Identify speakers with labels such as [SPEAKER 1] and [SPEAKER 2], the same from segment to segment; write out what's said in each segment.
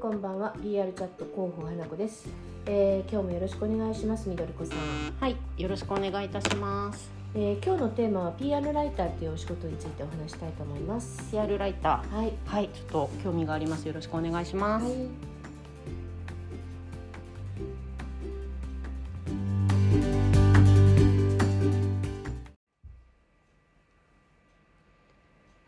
[SPEAKER 1] こんばんは PR チャット広報花子です、えー今日もよろしくお願いしますみどりこさん、
[SPEAKER 2] はい、よろしくお願いいたします。
[SPEAKER 1] えー今日のテーマは PR ライターっていうお仕事についてお話したいと思います
[SPEAKER 2] PR ライタ
[SPEAKER 1] はい
[SPEAKER 2] ー、はい、ちょっと興味があります。よろしくお願いします。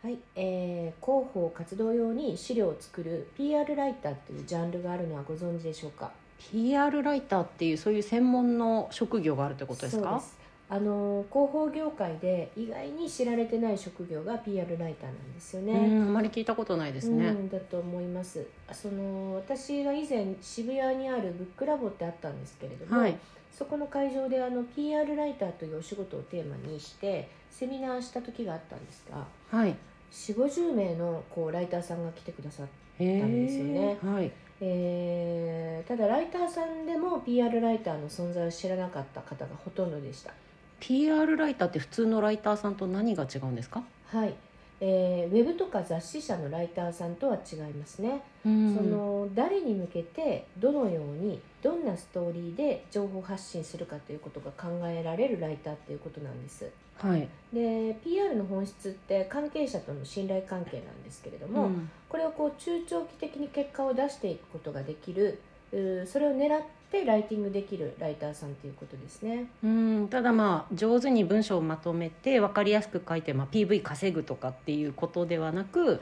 [SPEAKER 1] はい、えー広報活動用に資料を作る PR ライターというジャンルがあるのはご存知でしょうか
[SPEAKER 2] PR ライターっていうそういう専門の職業があるってことです
[SPEAKER 1] そう
[SPEAKER 2] か？
[SPEAKER 1] ですあのー広報業界で意外に知られてない職業が PR ライターなんですよね、
[SPEAKER 2] うん、あまり聞いたことないです
[SPEAKER 1] う
[SPEAKER 2] ね。
[SPEAKER 1] ん、だと思いますその私が以前渋谷にあるブックラボってあったんですけれども、
[SPEAKER 2] はい、
[SPEAKER 1] そこの会場であの PR ライターというお仕事をテーマにしてセミナーした時があったんですが
[SPEAKER 2] はい、
[SPEAKER 1] 4 5 0名のこうライターさんが来てくださって、
[SPEAKER 2] へ
[SPEAKER 1] たんですよね
[SPEAKER 2] ーはい、
[SPEAKER 1] えーただライターさんでも PR ライターの存在を知らなかった方がほとんどでした
[SPEAKER 2] PR ライターって普通のライターさんと何が違うんですか？
[SPEAKER 1] はい、えーウェブとか雑誌社のライターさんとは違いますね
[SPEAKER 2] うん
[SPEAKER 1] その誰に向けてどのようにどんなストーリーで情報発信するかということが考えられるライターっていうことなんです
[SPEAKER 2] はい、
[SPEAKER 1] で PR の本質って関係者との信頼関係なんですけれども、
[SPEAKER 2] うん
[SPEAKER 1] これをこう中長期的に結果を出していくことができるうーそれを狙ってライティングできるライターさんということですね
[SPEAKER 2] うん、ただまあ上手に文章をまとめて分かりやすく書いて、まあ、PV 稼ぐとかっていうことではな
[SPEAKER 1] は
[SPEAKER 2] く、
[SPEAKER 1] い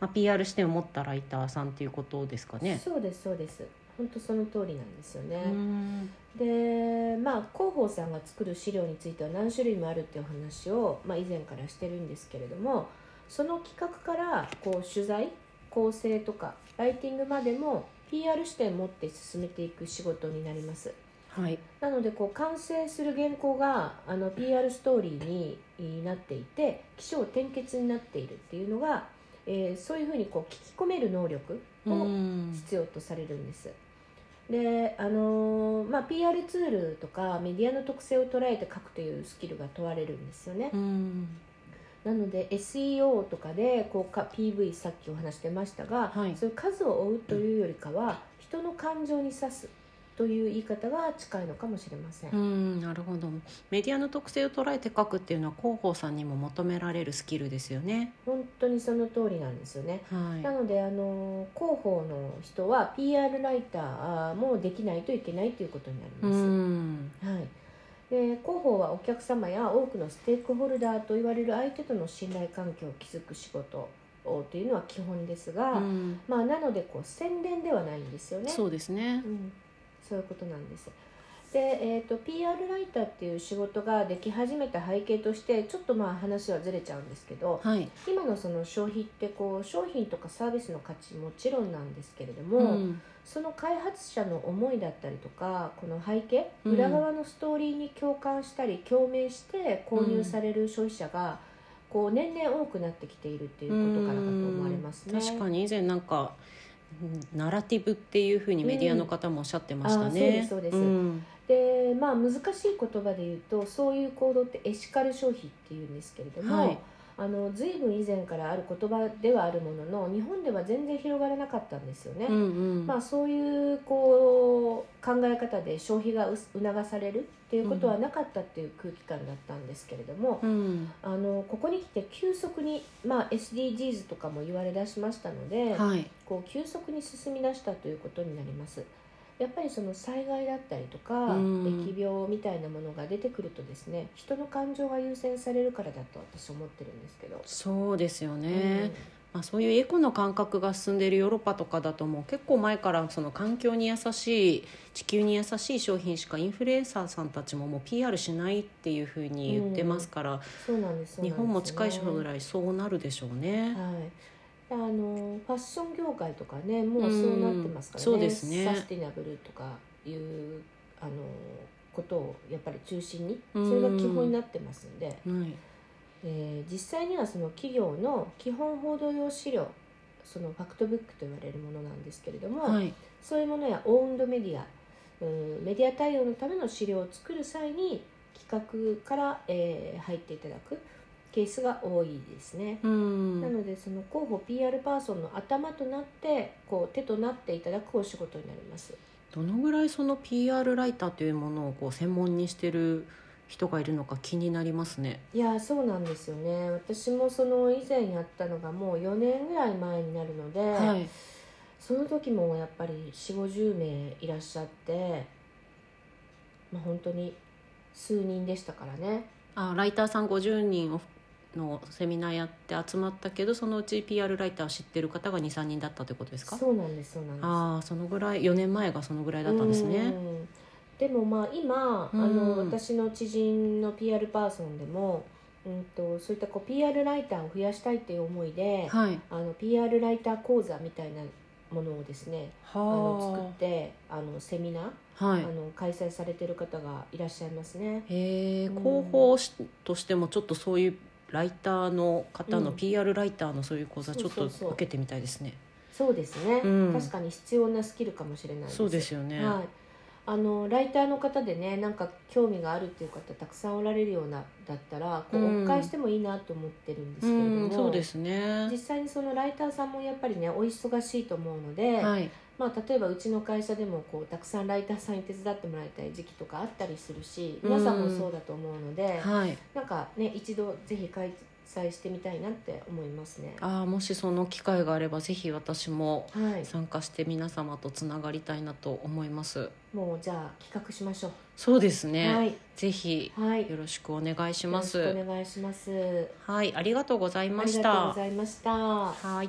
[SPEAKER 2] まあ、PR 視点を持ったライターさんっていうことですかね。
[SPEAKER 1] そうですそうです本当その通りなんですよね、
[SPEAKER 2] うん
[SPEAKER 1] でまあ広報さんが作る資料については何種類もあるっていう話を、まあ、以前からしてるんですけれどもその企画からこう取材構成とかライティングまでも PR 視点を持って進めていく仕事になります
[SPEAKER 2] はい、
[SPEAKER 1] なのでこう完成する原稿があの PR ストーリーになっていて起承転結になっているっていうのが、えーそういうふうにこう聞き込める能力を
[SPEAKER 2] うん
[SPEAKER 1] 必要とされるんです。であのーまあ、PR ツールとかメディアの特性を捉えて書くというスキルが問われるんですよね
[SPEAKER 2] う、ん
[SPEAKER 1] なので SEO とかでこうか PV さっきお話してましたが、
[SPEAKER 2] はい
[SPEAKER 1] そういう数を追うというよりかは人の感情に指すという言い方が近いのかもしれません、
[SPEAKER 2] うんなるほどメディアの特性を捉えて書くっていうのは広報さんにも求められるスキルですよね。
[SPEAKER 1] 本当にその通りなんですよねな
[SPEAKER 2] は
[SPEAKER 1] のであのー広報の人は PR ライターもできないといけないということになり
[SPEAKER 2] い、う
[SPEAKER 1] ます、
[SPEAKER 2] ん
[SPEAKER 1] はい、で広報はお客様や多くのステークホルダーと言われる相手との信頼関係を築く仕事をというのは基本ですが、
[SPEAKER 2] うん
[SPEAKER 1] まあ、なのでこう宣伝ではないんですよね
[SPEAKER 2] そうですね
[SPEAKER 1] う、ん、そういうことなんですで、えー、と PR ライターっていう仕事ができ始めた背景としてちょっとまあ話はずれちゃうんですけど
[SPEAKER 2] はい
[SPEAKER 1] 今のその消費ってこう商品とかサービスの価値もちろんなんですけれども、
[SPEAKER 2] うん
[SPEAKER 1] その開発者の思いだったりとかこの背景
[SPEAKER 2] うん
[SPEAKER 1] 裏側のストーリーに共感したり共鳴して購入される消費者がこう年々多くなってきているっていうことからだと思われますね。
[SPEAKER 2] うん確かに以前なんかうんナラティブっていうふうにメディアの方もおっしゃってまし
[SPEAKER 1] う
[SPEAKER 2] たね。
[SPEAKER 1] んあーそうですそうです
[SPEAKER 2] ん
[SPEAKER 1] でまあ難しい言葉で言うとそういう行動ってエシカル消費っていうんですけれども、
[SPEAKER 2] はい
[SPEAKER 1] あの随分以前からある言葉ではあるものの日本では全然広がらなかったんですよね。
[SPEAKER 2] うんうん
[SPEAKER 1] まあ、そういうこう考え方で消費がうす促されるっていうことはなかったっていう空気感だったんですけれども、
[SPEAKER 2] うん
[SPEAKER 1] あのここに来て急速に、まあ、SDGs とかも言われだしましたので、
[SPEAKER 2] はい
[SPEAKER 1] こう急速に進み出したということになります。やっぱりその災害だったりとか、
[SPEAKER 2] うん
[SPEAKER 1] 疫病みたいなものが出てくるとですね人の感情が優先されるからだと私思ってるんですけど。
[SPEAKER 2] そうですよね、
[SPEAKER 1] うん
[SPEAKER 2] まあ、そういうエコの感覚が進んでいるヨーロッパとかだともう結構前からその環境に優しい地球に優しい商品しかインフルエンサーさんたちももう PR しないっていうふうに言ってますから、
[SPEAKER 1] そうなんですそうなんです
[SPEAKER 2] 日本も近い
[SPEAKER 1] よ
[SPEAKER 2] 将
[SPEAKER 1] ね
[SPEAKER 2] 来そうなるでしょうね。
[SPEAKER 1] はい、あのファッション業界とかねもうそうなってますからね,、
[SPEAKER 2] うんそうですね
[SPEAKER 1] サスティナブルとかいうあのことをやっぱり中心にそ
[SPEAKER 2] うん
[SPEAKER 1] れが基本になってますので、
[SPEAKER 2] はい
[SPEAKER 1] えー実際にはその企業の基本報道用資料そのファクトブックと言われるものなんですけれども、
[SPEAKER 2] はい
[SPEAKER 1] そういうものやオウンドメディアうんメディア対応のための資料を作る際に企画から、えー入っていただくケースが多いですね。
[SPEAKER 2] うん
[SPEAKER 1] なのでその候補 PR パーソンの頭となってこう手となっていただくお仕事になります。
[SPEAKER 2] どのぐらいその PR ライターというものをこう専門にしてる人がいるのか気になりますね。
[SPEAKER 1] いやーそうなんですよね私もその以前やったのがもう4年ぐらい前になるので、
[SPEAKER 2] はい、
[SPEAKER 1] その時もやっぱり4 5 0名いらっしゃって、まあ、本当に数人でしたからね
[SPEAKER 2] あライターさん50人をのセミナーやって集まったけどそのうち PR ライターを知ってる方が23人だったということですか
[SPEAKER 1] そうなんですそうなんです
[SPEAKER 2] ああそのぐらい4年前がそのぐらいだったんですね。
[SPEAKER 1] うんでもまあ今、
[SPEAKER 2] うん
[SPEAKER 1] あの私の知人の PR パーソンでも、うん、とそういったこう PR ライターを増やしたいっていう思いで、
[SPEAKER 2] はい、
[SPEAKER 1] あの PR ライター講座みたいなものをですねあの作ってあのセミナー、
[SPEAKER 2] は
[SPEAKER 1] あ
[SPEAKER 2] い
[SPEAKER 1] の開催されてる方がいらっしゃいますね。
[SPEAKER 2] へえ
[SPEAKER 1] うん
[SPEAKER 2] 広報しとしてもちょっとそういうライターの方の、
[SPEAKER 1] うん
[SPEAKER 2] PR ライターのそういう講座
[SPEAKER 1] そう
[SPEAKER 2] ち
[SPEAKER 1] そ
[SPEAKER 2] ょ
[SPEAKER 1] う
[SPEAKER 2] っ
[SPEAKER 1] そう
[SPEAKER 2] と受けてみたいですね。
[SPEAKER 1] そうですね、
[SPEAKER 2] うん
[SPEAKER 1] 確かに必要なスキルかもしれない
[SPEAKER 2] そうですよね。
[SPEAKER 1] はい、あのライターの方でねなんか興味があるっていう方たくさんおられるようなだったらこう、
[SPEAKER 2] うん
[SPEAKER 1] お返してもいいなと思ってるんです
[SPEAKER 2] う
[SPEAKER 1] けれども、
[SPEAKER 2] ん、そうですね
[SPEAKER 1] 実。際にそのライターさんもやっぱりねお忙しいと思うので、
[SPEAKER 2] はい、
[SPEAKER 1] まあ、例えばうちの会社でもこうたくさんライターさんに手伝ってもらいたい時期とかあったりするし
[SPEAKER 2] うん
[SPEAKER 1] 皆さんもそうだと思うので、
[SPEAKER 2] はい、
[SPEAKER 1] なんかね一度ぜひ開催してみたいなって思いますね。は
[SPEAKER 2] ああもしその機会があればぜひ私も
[SPEAKER 1] い、
[SPEAKER 2] 参加して皆様とつながりたいなと思います。
[SPEAKER 1] もうじゃあ企画しましょう。
[SPEAKER 2] そうですね。
[SPEAKER 1] はい、
[SPEAKER 2] ぜひ
[SPEAKER 1] はい、
[SPEAKER 2] よろしくお願いしま
[SPEAKER 1] よろ
[SPEAKER 2] す
[SPEAKER 1] しく。お願いします。
[SPEAKER 2] はい、ありがとうござい
[SPEAKER 1] あ
[SPEAKER 2] ま
[SPEAKER 1] り
[SPEAKER 2] し
[SPEAKER 1] がとうご
[SPEAKER 2] た。
[SPEAKER 1] ざいました。
[SPEAKER 2] はい。